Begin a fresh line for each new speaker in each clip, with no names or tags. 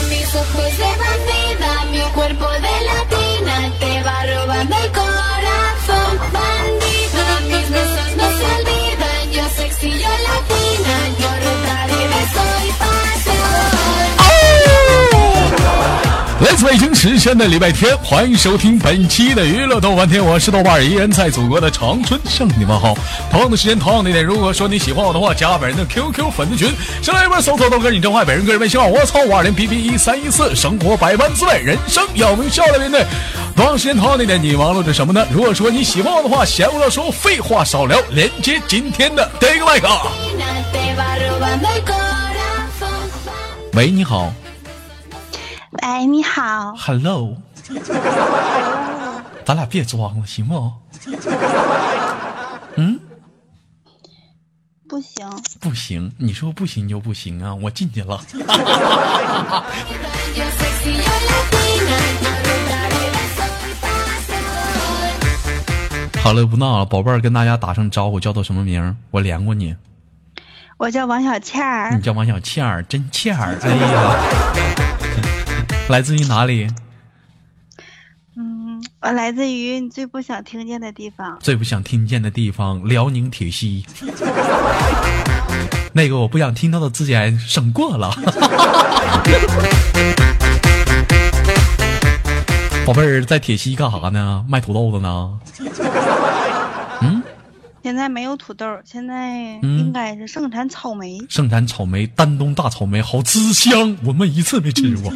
Desde bandida, mi cuerpo de latina te va robando el corazón. Bandido, mis besos no se olvidan. Yo sexy, yo latina, yo retarde, soy pasión.
来自北京时间的礼拜天，欢迎收听本期的娱乐豆瓣天，我是豆瓣儿，依然在祖国的长春向你们好。同样的时间，同样的地点，如果说你喜欢我的话，加本人的 QQ 粉丝群，先来一波搜索豆哥你真坏，本人个人微信号我操五二零 PP 一三一四，生活百般滋味，人生要用笑来面对。同样时间，同样的地点，你忙碌着什么呢？如果说你喜欢我的话，闲话少说，废话少聊，连接今天的 Take
Te
Like。
va robando el corazón.
喂，你好
喂，你好，
，Hello，咱俩别装了，行不？
不行，
不行，你说不行就不行啊！我进去了，
Yo sexy, yo latina, yo retarde, soy pasión.
好了，不闹了，宝贝儿，跟大家打声招呼，叫做什么名儿？我连过你，
我叫王小倩儿
你，叫王小倩儿，真倩儿，哎呀， 来自于哪里？
嗯，我来自于你最不想听见的地方，
最不想听见的地方，辽宁铁西， 那个我不想听到的字眼省过了。 宝贝儿，在铁西干啥呢？卖土豆子呢？
现在没有土豆，现在
嗯
应该是盛产草莓。
盛产草莓，丹东大草莓好吃香，我们一次没吃过。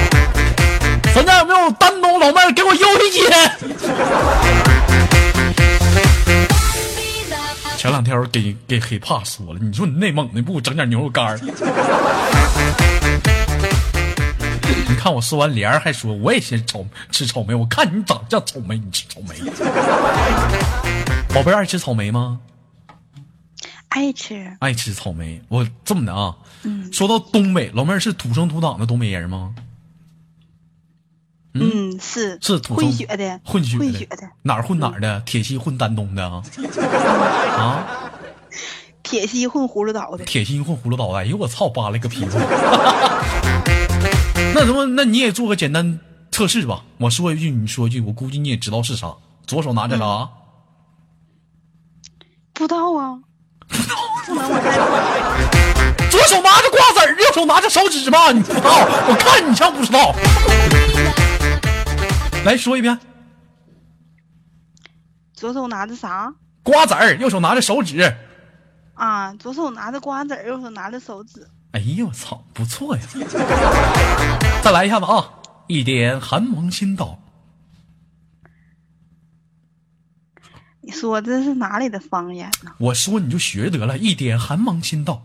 咱家有没有丹东老妹儿给我邮一斤？前两天我给给黑怕说了，你说你内蒙的不给我整点牛肉干儿？ 你看我说完莲儿还说我也先草吃草莓，我看你长得像草莓，你吃草莓。宝贝儿爱吃草莓吗？
爱吃，
爱吃草莓。我这么的啊，说到东北，老妹儿是土生土长的东北人吗？
嗯，是
是土生
混血的，
混血的，
混血的，
哪儿混哪儿的？铁西混丹东的啊，啊，
铁西混葫芦岛的，
铁西混葫芦岛的。哎呦我操，扒了个皮肤。 那什么，那你也做个简单测试吧。我说一句，你说一句，我估计你也知道是啥。左手拿着啥？
不知道啊，
左手拿着瓜子儿，右手拿着手指吧。你不知道，我看你像不知道。 来说一遍，
左手拿着啥？
瓜子儿，右手拿着手指。
啊，左手拿着瓜子儿，右手拿着手指。
哎呀，我操，不错呀！ 再来一下子啊！一点寒芒心道，
你说这是哪里的方言呢？
我说你就学得了。一点寒芒心道，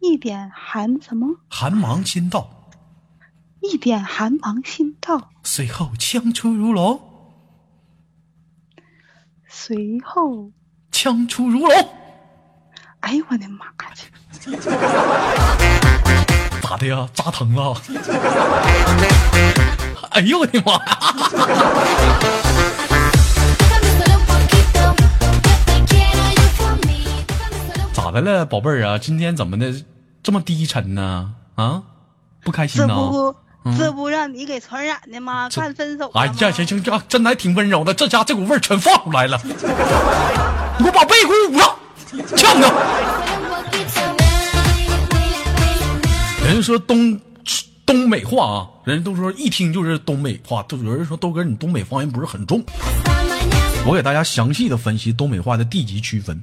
一点寒什么？
寒芒心道，
一点寒芒心到，
随后枪出如龙，
随后，
枪出如龙，
哎呦我的妈呀！
咋的呀？扎疼了？ 哎呦我的妈呀！
Dame solo un poquito, yo te quiero, yo conmigo. Dame solo un
咋的了，宝贝儿啊？今天怎么的这么低沉呢？啊，不开心
这
呢？
不、这不让你给传染的吗？
嗯这
看分手了吗
哎呀，行行行，真的还挺温柔的，这家这股味儿全放出来了。你给我把被给我捂上，呛着。
poquito. Tonight,
人说东东北话啊，人都说一听就是东北话，都有人说豆哥你东北方言不是很重。
hasta mañana.
我给大家详细的分析东北话的地级区分，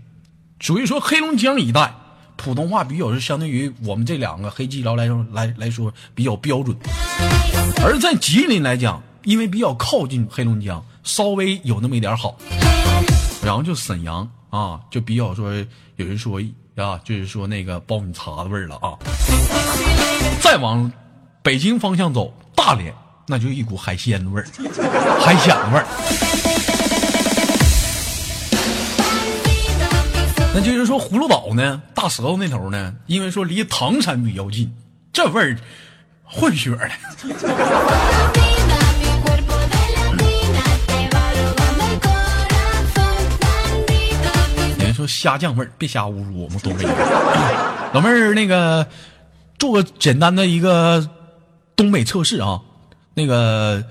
属于说黑龙江一带普通话比较是相对于我们这两个黑吉辽来说来来说比较标准，而在吉林来讲，因为比较靠近黑龙江，稍微有那么一点好。然后就沈阳啊，就比较说有人说啊，就是说那个苞米碴子味儿了啊。再往北京方向走，大连那就一股海鲜味儿， 海鲜味儿。那就是说葫芦岛呢，大舌头那头呢，因为说离唐山比较近，这味儿混血儿的。
Latina, mi cuerpo de latina te va robando el corazón. Bandido, mis
人家说虾酱味儿，别瞎侮辱我们东北人。老妹儿，那个做个简单的一个东北测试啊，那个，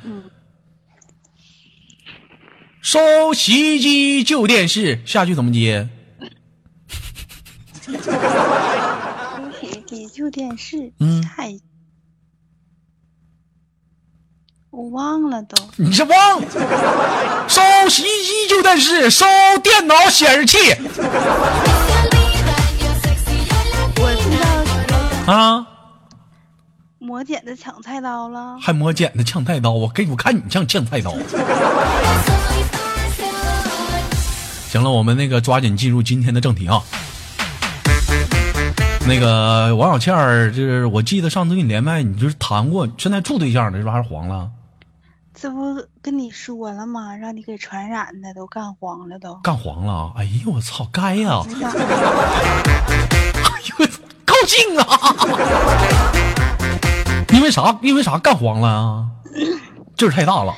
收洗衣机旧电视下去怎么接？
收洗衣机旧电视，
嗯
下一，我忘了都，
你是忘了？收洗衣机旧电视，收电脑显示器
我知道
啊。
磨剪子抢菜刀了，
还磨剪子呛菜刀，我给我看你像呛菜刀。行了，我们那个抓紧进入今天的正题啊。那个王小倩儿，就是我记得上次跟你连麦，你就是谈过，现在处对象呢，是不是还是黄了？
这不跟你说了吗？让你给传染的都干黄了都。
干黄了啊！哎呦我操，该呀、
你咋的
哎呦我操高兴啊！ 因为啥？因为啥干黄了啊？ 劲儿太大了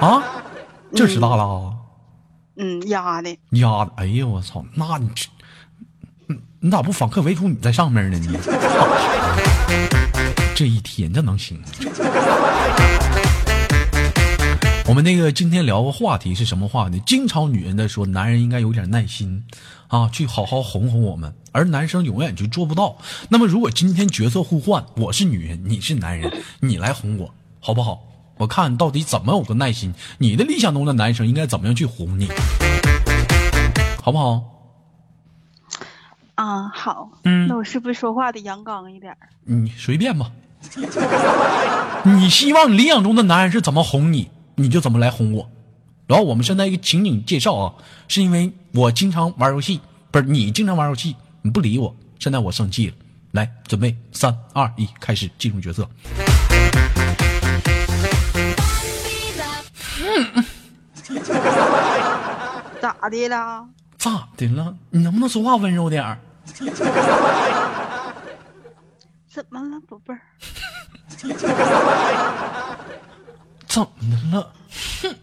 啊！劲儿使大了啊！
嗯，压的，
丫的，哎呀，我操！那你这，嗯你咋不反客为主？你在上面呢？你这一天这能行吗？我们那个今天聊个话题是什么话题？经常女人在说，男人应该有点耐心啊，去好好哄哄我们，而男生永远就做不到。那么，如果今天角色互换，我是女人，你是男人，你来哄我，好不好？我看到底怎么有个耐心？你的理想中的男生应该怎么样去哄你？好不好？
啊，好，
嗯
那我是不是说话得阳刚一点儿？
你随便吧。 你希望理想中的男人是怎么哄你，你就怎么来哄我。然后我们现在一个情景介绍啊，是因为我经常玩游戏，不是你经常玩游戏，你不理我，现在我生气了。来，准备三二一，开始进入角色。
咋的啦？
咋的了？你能不能说话温柔点儿？
怎么了，宝贝儿？
怎么的了？哼，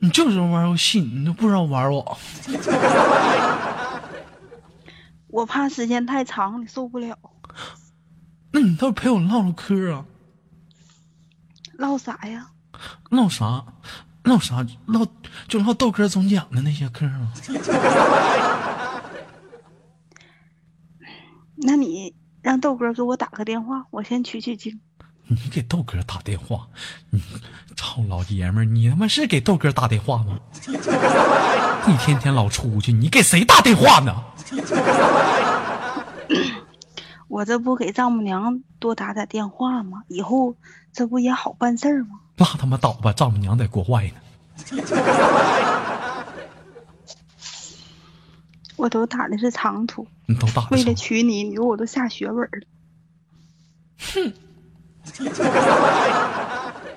你就是玩游戏，你都不知道玩我。
我怕时间太长，你受不了。
那你倒是陪我唠唠嗑啊。
唠啥呀？
唠啥？唠啥？唠就唠豆哥总讲的那些嗑吗？
那你让豆哥给我打个电话，我先取取经。
你给豆哥打电话，你操老爷们儿，你他妈是给豆哥打电话吗？ 一天天老出去，你给谁打电话呢？
我这不给丈母娘多打打电话吗？以后这不也好办事儿吗？
那他妈倒吧，丈母娘在国外呢。
我都打的是长途，
你都打的
为了
啥？
娶你，你说我都下血本儿了。哼！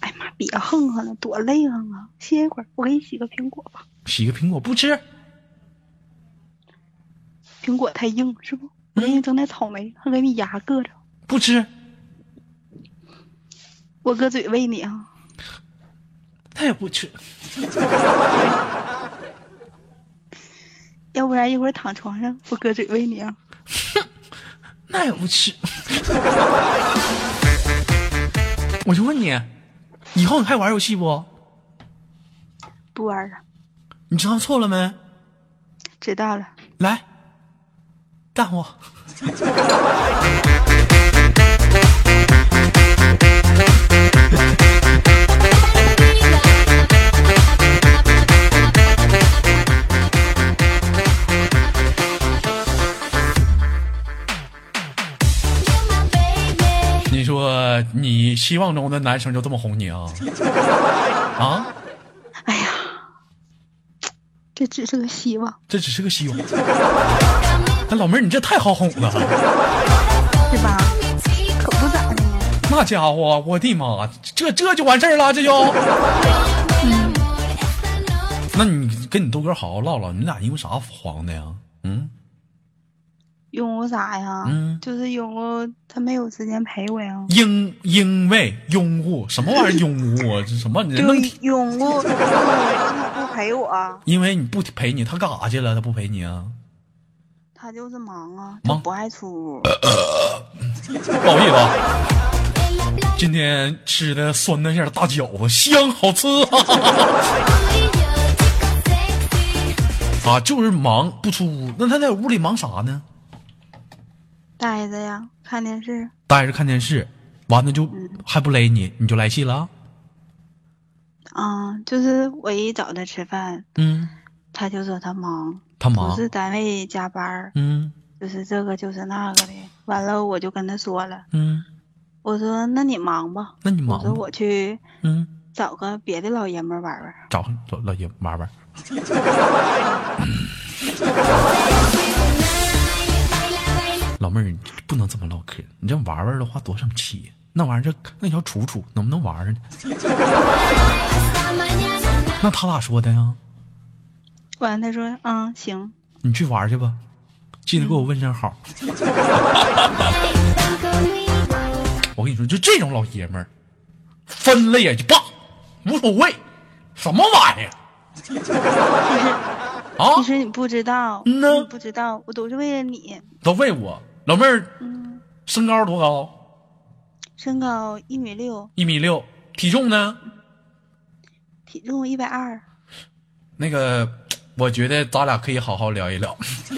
哎妈，别哼哼了，多累哼啊！歇一会儿，我给你洗个苹果吧，
洗个苹果不吃，
苹果太硬是不？我给你整点草莓，还给你牙硌着。
不吃，
我搁嘴喂你啊！
他也不吃。
要不然一会儿躺床上，我搁嘴喂你啊！
那也不吃。 我就问你，以后你还玩游戏不？
不玩儿了，
你知道错了没？
知道了。
来，干我。你说你希望中的男生就这么哄你啊？啊，
哎呀，这只是个希望，
这只是个希望。那老妹儿，你这太好哄了，
是吧？可不咋的呢。
那家伙，我的妈，这这就完事儿了，这就。嗯那你跟你豆哥好好唠唠，你俩因为啥黄的呀？嗯，
拥有啥呀？
嗯
就是拥有他没有时间陪我呀。
因因为拥护什么玩意儿拥护啊？这什么人
就
能听？
拥有他不陪我，
因为你不陪你，他干啥去了？他不陪你啊？
他就是忙啊，
忙
就不爱出屋。
不好意思啊，今天吃的酸的馅儿大饺子香，好吃啊！ 啊，就是忙不出屋，那他在屋里忙啥呢？
待着呀，看电视。
待着看电视，完了就还不勒你，你就来气了啊。
啊，就是我一找他吃饭，
嗯，
他就说他忙，
他
不
忙，
是单位加班儿，
嗯
就是这个就是那个的。完了，我就跟他说了，
嗯，
我说那你忙吧，
那你
我
忙
说
吧，
我去
嗯，
找个别的老爷们儿啊玩玩。
找老老爷玩玩。老妹儿，你不能这么唠嗑，你这玩玩的话多生气呀！那玩意儿，那小楚楚能不能玩儿呢？ 那他咋说的呀？
完了，他说，嗯，行，
你去玩去吧，记得给我问声好。我跟你说，就这种老爷们儿，分了也就罢，无所谓，什么玩意儿
其实其
啊？
实你不知道，
嗯呐
你不知道，我都是为了你。
都为我老妹儿
嗯，
身高多高？
身高一米六，
一米六，体重呢？
体重一百二，
那个，我觉得咱俩可以好好聊一聊。 就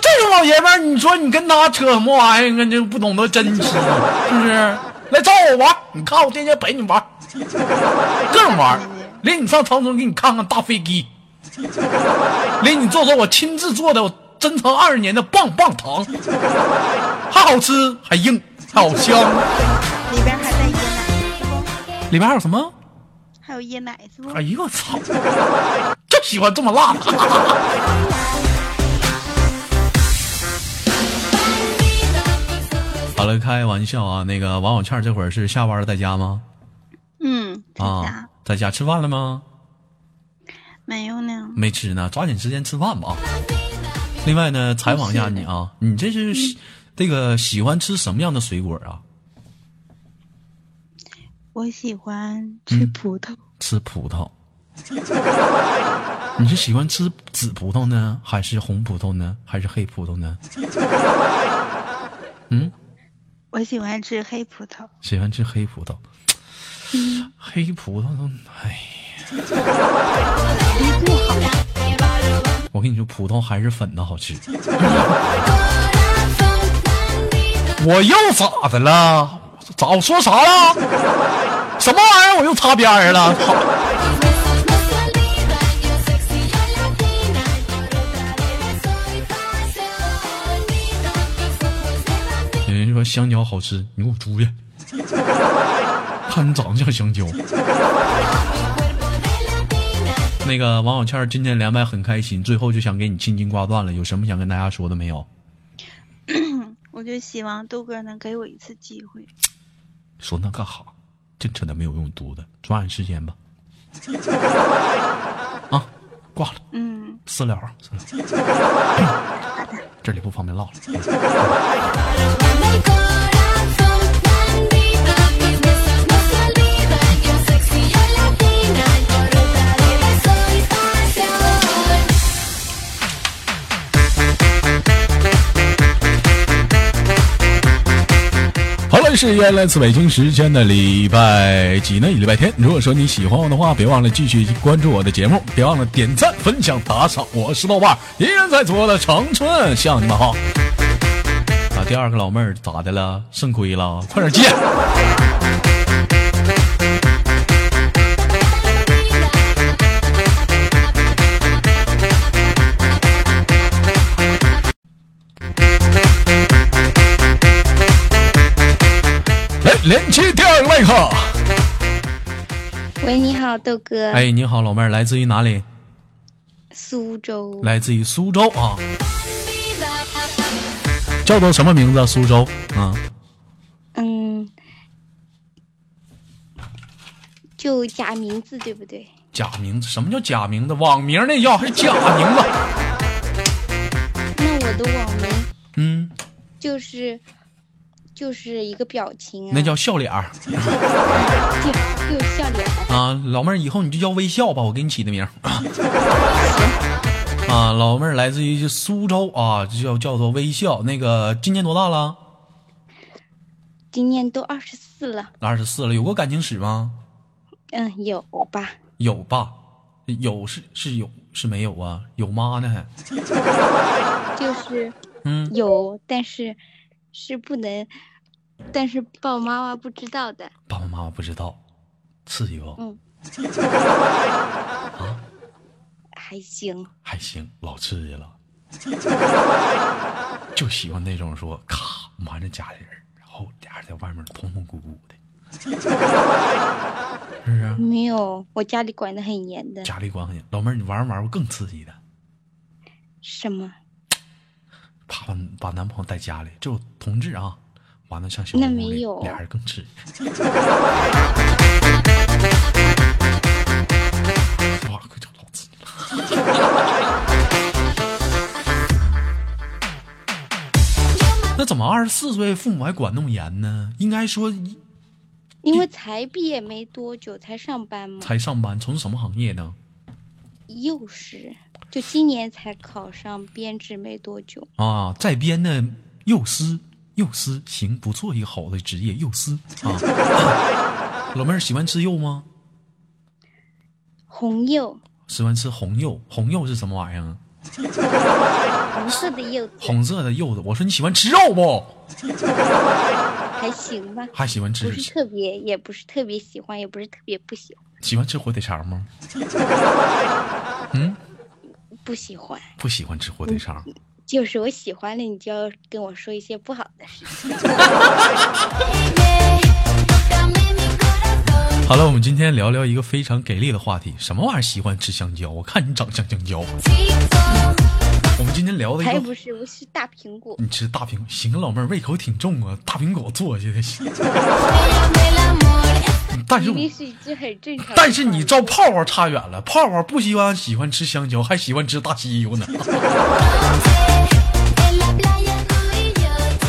这种老爷们儿，你说你跟他扯什么玩意儿啊？你就不懂得珍惜，是不是？来找我玩，你看我天天陪你玩，各种玩，领你上长春给你看看大飞机，领你坐坐我亲自做的我珍藏二十年的棒棒糖，还好吃还硬，还好香，
里边还带椰奶，是不？
里面还有什么？
还有椰奶，是不？
哎呦我操！就喜欢这么辣的。好了，开玩笑啊，那个王小倩这会儿是下班了在家吗？
嗯，在
啊
家，
在家吃饭了吗？
没有呢。
没吃呢，抓紧时间吃饭吧。另外呢，采访一下你啊，你这
嗯
是喜这个喜欢吃什么样的水果啊？
我喜欢吃
嗯
葡萄，
吃葡萄。 你是喜欢吃紫葡萄呢，还是红葡萄呢，还是黑葡萄呢？
我喜欢吃黑葡萄。
喜欢吃黑葡萄，黑葡萄都哎。我跟你说，葡萄还是粉的好吃。我又咋的了？咋我说啥了？什么玩意儿？我又擦边儿了。好有人说香蕉好吃，你给我出去！看你长得像香蕉。那个王小倩儿今天连麦很开心，最后就想给你轻轻挂断了，有什么想跟大家说的没有？
我就希望豆哥能给我一次机会。
说那干哈？净扯那没有用犊子，抓紧时间吧。 啊，挂了，
嗯，
私聊啊，私聊。 这里不方便唠了。好了，是依然来自北京时间的礼拜几呢？礼拜天。如果说你喜欢我的话，别忘了继续关注我的节目，别忘了点赞、分享、打赏。我是豆瓣儿，依然在祖国的长春向你们好。啊，第二个老妹儿咋的了？肾亏了？快点接！来，哎连接第二个麦克。
喂，你好，豆哥，
哎，你好，老妹儿，来自于哪里？
苏州，
来自于苏州啊，叫做什么名字啊？苏州啊，
嗯，就假名字对不对？
假名字？什么叫假名字？网名那叫还是假名字？
那我的网名
嗯，
就是就是一个表情啊，
那叫笑脸儿
就就笑脸，
啊。老妹儿，以后你就叫微笑吧，我给你起的名儿。 啊，老妹儿来自于苏州啊，就叫叫做微笑。那个今年多大了？
今年都二十四了，
二十四了，有过感情史吗？
嗯，有吧？
有吧？有是是有是没有啊？有妈呢还？
就是
嗯，
有，但是是不能，但是爸爸妈妈不知道的。
爸爸妈妈不知道，刺激不？
嗯
啊
还行，
还行，老刺激了。 就喜欢那种说咔瞒着家里人，然后俩人在外面捅捅咕咕的， 是不是？
没有，我家里管得很严的。
家里管很严。老妹儿，你玩没玩过更刺激的？
什么？
啪把把男朋友带家里，这有同志啊，完了上小屋
那没
里
有，
俩人更吃。 哇，快找老子了！ 那怎么二十四岁父母还管那么严呢？应该说
因为才毕业没多久，才上班嘛，
才上班，从事什么行业呢？
幼师，就今年才考上编制没多久。
啊，在编的幼师，幼师行，不错，一个好的职业，幼师啊。 老妹儿喜欢吃肉吗？
红柚，
喜欢吃红柚，红柚是什么玩意儿啊？
红色的柚子，
红色的柚子。我说你喜欢吃肉不？
还行吧，
还喜欢
不
吃
是特别，也不是特别喜欢，也不是特别不喜欢，
喜欢吃火腿肠吗？
不喜欢。
不喜欢吃火腿肠。
就是我喜欢了，你就要跟我说一些不好的事情。
好了，我们今天聊聊一个非常给力的话题，什么玩意儿喜欢吃香蕉？我看你长像香蕉。我们今天聊的
才
一个，
不是，我是大苹果。
你吃大苹果，行，老妹儿胃口挺重啊，大苹果做下去。 但是
明
我
明是一只很正常的话，
但是你照泡泡差远了，泡泡不喜欢喜欢吃香蕉，还喜欢吃大西柚呢。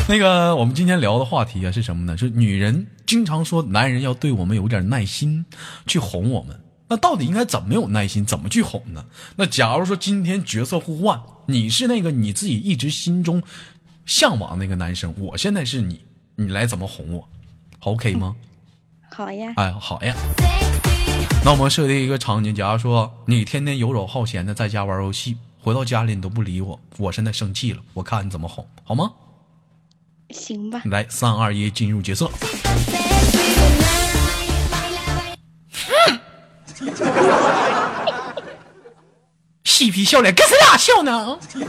那个，我们今天聊的话题啊是什么呢？是女人经常说男人要对我们有点耐心，去哄我们。那到底应该怎么有耐心，怎么去哄呢？那假如说今天角色互换，你是那个你自己一直心中向往那个男生，我现在是你，你来怎么哄我？OK 吗？
好呀，
哎，好呀。那我们设定一个场景，假如说你天天游手好闲的在家玩游戏，回到家里你都不理我，我现在生气了，我看你怎么哄，好吗？
行吧，
来，三二一，进入角色。嗯嬉皮笑脸，跟谁俩笑呢？嗯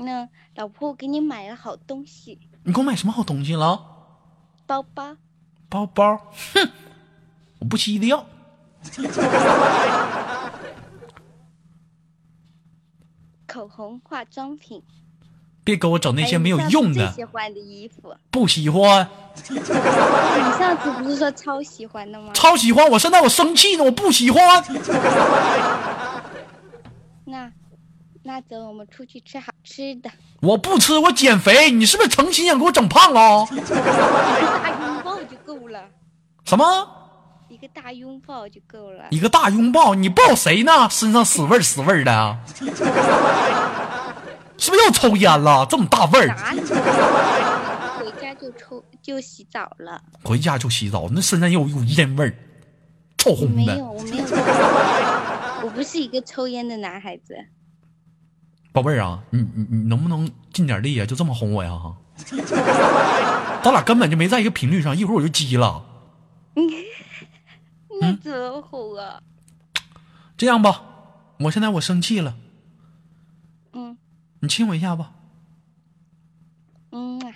那老婆，我给你买了好东西，
你给我买什么好东西了？
包包。
包包？哼，我不稀的要。
口红、化妆品，
别给我整那
还
些没有
哎你上次
用
最
的，
喜欢的衣服，
不喜欢，
你上次不是说超喜欢的吗？
超喜欢。我现在我生气呢，我不喜欢。
那，那走，我们出去吃好吃的，
我不吃，我减肥。你是不是成心想给我整胖了？
一个大拥抱就够了，
什么？
一个大拥抱就够了。
一个大拥抱？你抱谁呢？身上死味儿死味儿的，啊是不是又抽烟了？这么大味儿，
哪里？我一回家就抽就洗澡了，
回家就洗澡，那身上又有烟味儿，臭
我
烘
没
的。
有，我没有抽，我不是一个抽烟的男孩子。
宝贝儿啊，你你你能不能尽点力呀、啊就这么哄我呀？ 咱俩根本就没在一个频率上，一会儿我就急了。嗯
那怎么哄啊？
这样吧，我现在我生气了，
嗯
你亲我一下吧，
嗯啊，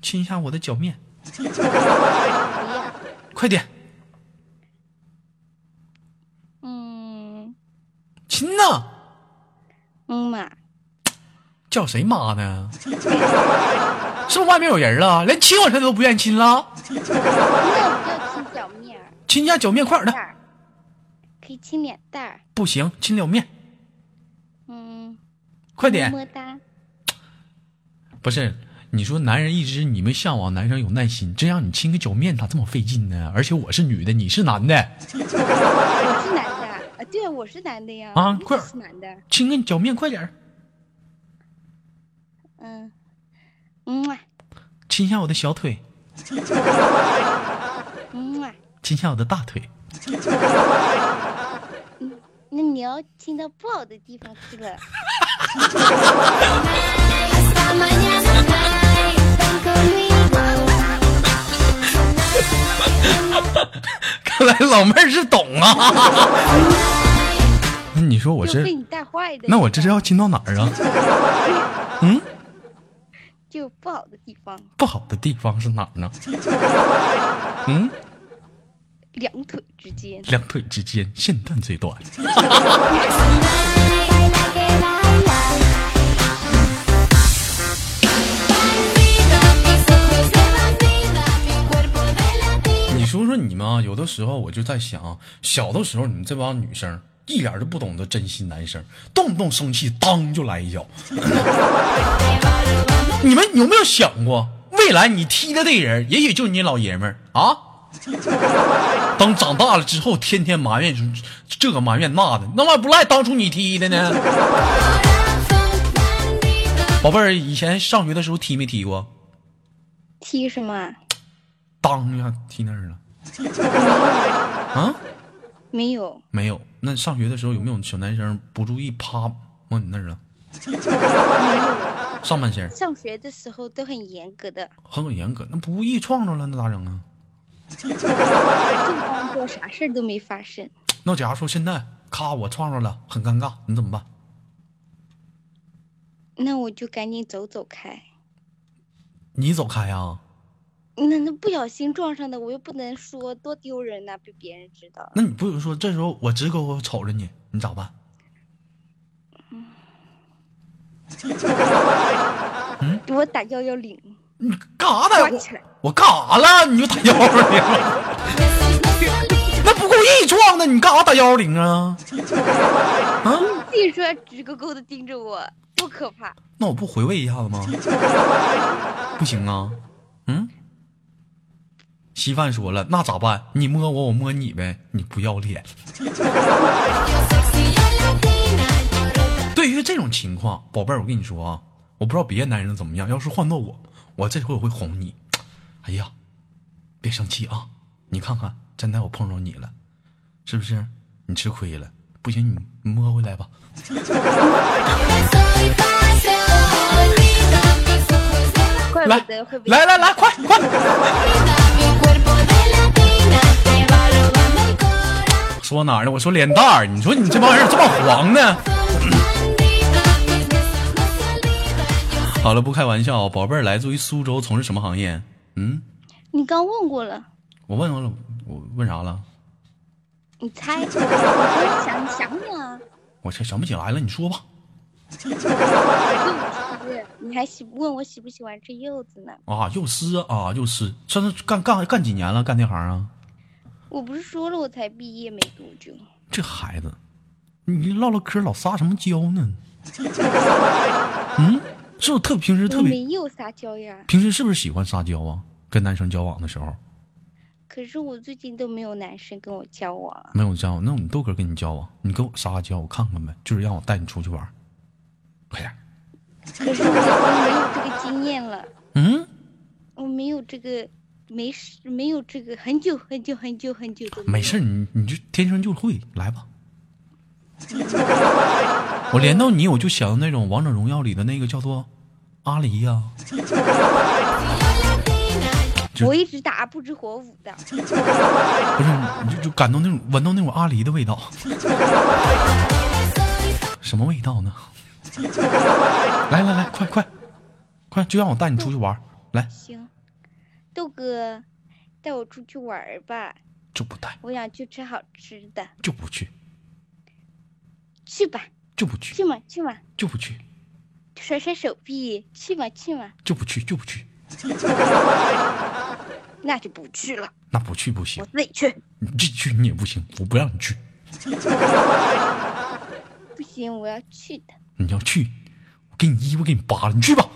亲一下我的脚 面，
哎不要，
快点
嗯
亲呐！
嗯嘛，
叫谁妈呢？ 是不是外面有人了？连亲我他都不愿意亲了？
那不叫亲脚面儿，
亲一下脚面，快点的！
蛋儿，可以亲脸蛋儿，
不行，亲脸面，
嗯，
快点！
么么哒，
不是，你说男人一直你们向往男生有耐心，真让你亲个脚面咋这么费劲呢？而且我是女的，你是男的，
我是男的啊，啊对啊，我是男的呀。
啊
你
快
也是男的，
亲个脚面快点儿，
嗯，嗯啊，
亲下我的小腿，
嗯啊，
亲下我的大腿。
那你要亲到不好的地方去了。
Hasta mañana. Ven conmigo.
看来老妹儿是懂啊。 那你说我
就被
这，
你带坏的。
那我这是要亲到哪儿啊？嗯，
就不好的地方，
不好的地方是哪儿呢？嗯，
两腿之间。
两腿之间线段最短。
Baila que baila. Bandida, mis ojos de bandida, mi cuerpo de latina.
你说说你们啊，有的时候我就在想啊，小的时候你们这帮女生一点儿都不懂得珍惜男生，动不动生气当就来一脚。 你们有没有想过，未来你踢的这人，也许就你老爷们儿啊？ 等长大了之后，天天埋怨这个埋怨那的，那玩意不赖当初你踢的呢。 宝贝儿，以前上学的时候踢没踢过？
踢什么？
当一下踢那儿了。 啊？
没有，
没有。那上学的时候有没有小男生不注意啪往你那儿了？上半身儿
上学的时候都很严格的，
很严格，那不故意撞着了，那咋整啊？
就当做啥事儿都没发生。
那假如说现在咔我撞着了，很尴尬，你怎么办？
那我就赶紧走走开。
你走开呀？
那那不小心撞上的，我又不能说，多丢人呐、被别人知道。
那你不能说这时候我直勾勾瞅着你，你咋办？
我打幺幺零，
你干啥
抓
呢？
起来。
哎我我干啥了？你就打幺二零了？ 那不故意撞的，你干啥打幺二零啊？啊？
自己说直勾勾的盯着我，多可怕！
那我不回味一下子吗？不行啊，嗯。稀饭说了，那咋办？你摸我，我摸你呗，你不要脸。对于这种情况，宝贝儿，我跟你说啊，我不知道别的男人怎么样，要是换做我，我这回我会哄你。哎呀，别生气啊，你看看，真的我碰着你了，是不是？你吃亏了，不行你摸回来吧。
怪
来
不得会被
来来来，快快！说哪儿呢？我说脸蛋儿，你说你这帮人这么黄呢？好了，不开玩笑，宝贝儿来自于苏州，从事什么行业？嗯，
你刚问过了，
我问完了，我问啥了？
你猜？我说想想想啊，
我这想不起来了，你说吧。
不是，你还喜问我喜不喜欢吃柚子呢？
啊，幼师啊，幼师，这是干干干几年了？干这行啊？
我不是说了，我才毕业没多久。
这孩子，你唠唠嗑老撒什么娇呢？嗯，是不是特平时特
我没
别
有撒娇呀，
平时是不是喜欢撒娇啊？跟男生交往的时候
可是我最近都没有男生跟我交往啊，
没有交往，那我们豆哥跟你交往，你跟我撒撒娇，我看看呗，就是让我带你出去玩儿，哎快点儿。
可是我已经没有这个经验了，
嗯，
我没有这个，没事，没有这个，很久很久很久很久都
没事儿，你你就天生就会，来吧。 我连到你，我就想到那种王者荣耀里的那个叫做阿狸呀、就
有。我一直打不知火舞的，
不是，你就就感到那种闻到那种阿狸的 味道，什么味道呢？来来来，快快快，就让我带你出去玩儿，来
行，豆哥，带我出去玩儿吧，
就不带，
我想去吃好吃的，
就不去，
去吧，
就不去，
去嘛去嘛，
就不去，
甩甩手臂，去嘛去嘛，
就不去，就不去，
那就不去了，
那不去不行
我，自己去，
你这去你也不行，我不让你去，
不行，我要去的。
你要去，我给你衣服给你扒了，你去吧，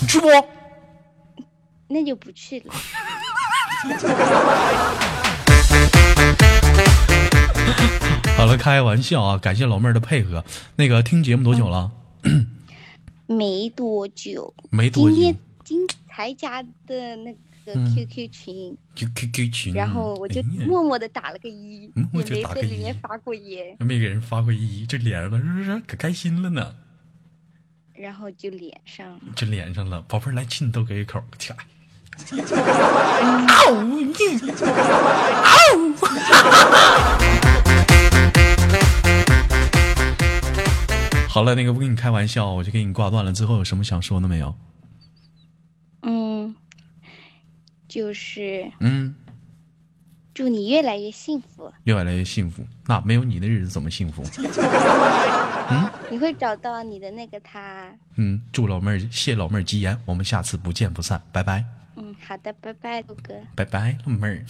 你去不？
那就不去了。
好了，开玩笑啊，感谢老妹儿的配合。那个听节目多久了？
嗯没多久，
没多
今
久。
天今才加的那个
嗯
QQ 群，
Q Q Q 群，
然后我就
哎呀
默默的打了个一、
嗯我
也
就
没
打
在
个
里面
一
发过言，
没给人发过一，这连了是不是？可开心了呢，
然后就连上了。
这连上了。宝贝儿，来亲你豆哥一口，起来。 嗷你嗷！ 好了，那个不跟你开玩笑，我就给你挂断了。之后有什么想说的没有？
嗯，就是
嗯，
祝你越来越幸福，
越来越幸福。那没有你的日子怎么幸福？
你会找到你的那个他。
嗯，祝老妹儿，谢老妹儿吉言，我们下次不见不散，拜拜。
嗯，好的，拜拜，陆哥。
拜拜，老妹儿。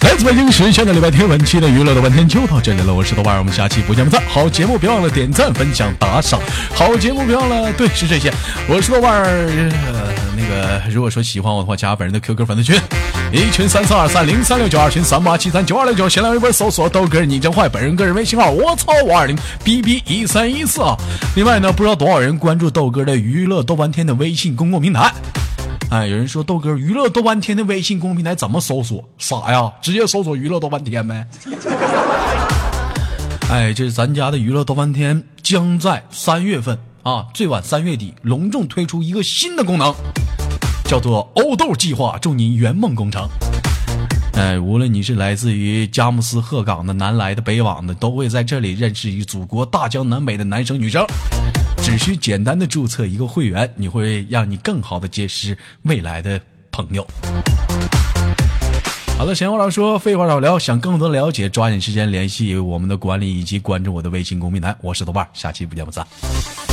来自北京时间的礼拜天，本期的娱乐的半天就到这里了。我是豆瓣儿，我们下期不见不散。好节目别忘了点赞、分享、打赏。好节目别忘了，对，是这些。我是豆瓣儿、呃，那个如果说喜欢我的话，加本人的 QQ 粉丝群，一群三四二三零三六九，二群三八七三九二六九，新浪微博搜索豆哥儿你真坏，本人个人微信号我操五二零 b b 一三一四啊。另外呢，不知道多少人关注豆哥的娱乐豆瓣天的微信公共平台。哎，有人说豆哥娱乐豆瓣天的微信公众平台怎么搜索？傻呀，直接搜索娱乐豆瓣天呗。 哎，这咱家的娱乐豆瓣天将在三月份啊，最晚三月底隆重推出一个新的功能，叫做欧豆计划，祝您圆梦工程。哎，无论你是来自于佳木斯、鹤岗的、南来的、北往的，都会在这里认识与祖国大江南北的男生女生。只需简单的注册一个会员，你会让你更好的结识未来的朋友。好了，闲话少说，废话少聊，想更多了解，抓紧时间联系我们的管理以及关注我的微信公平台。我是豆瓣儿，下期不见不散。
Bye.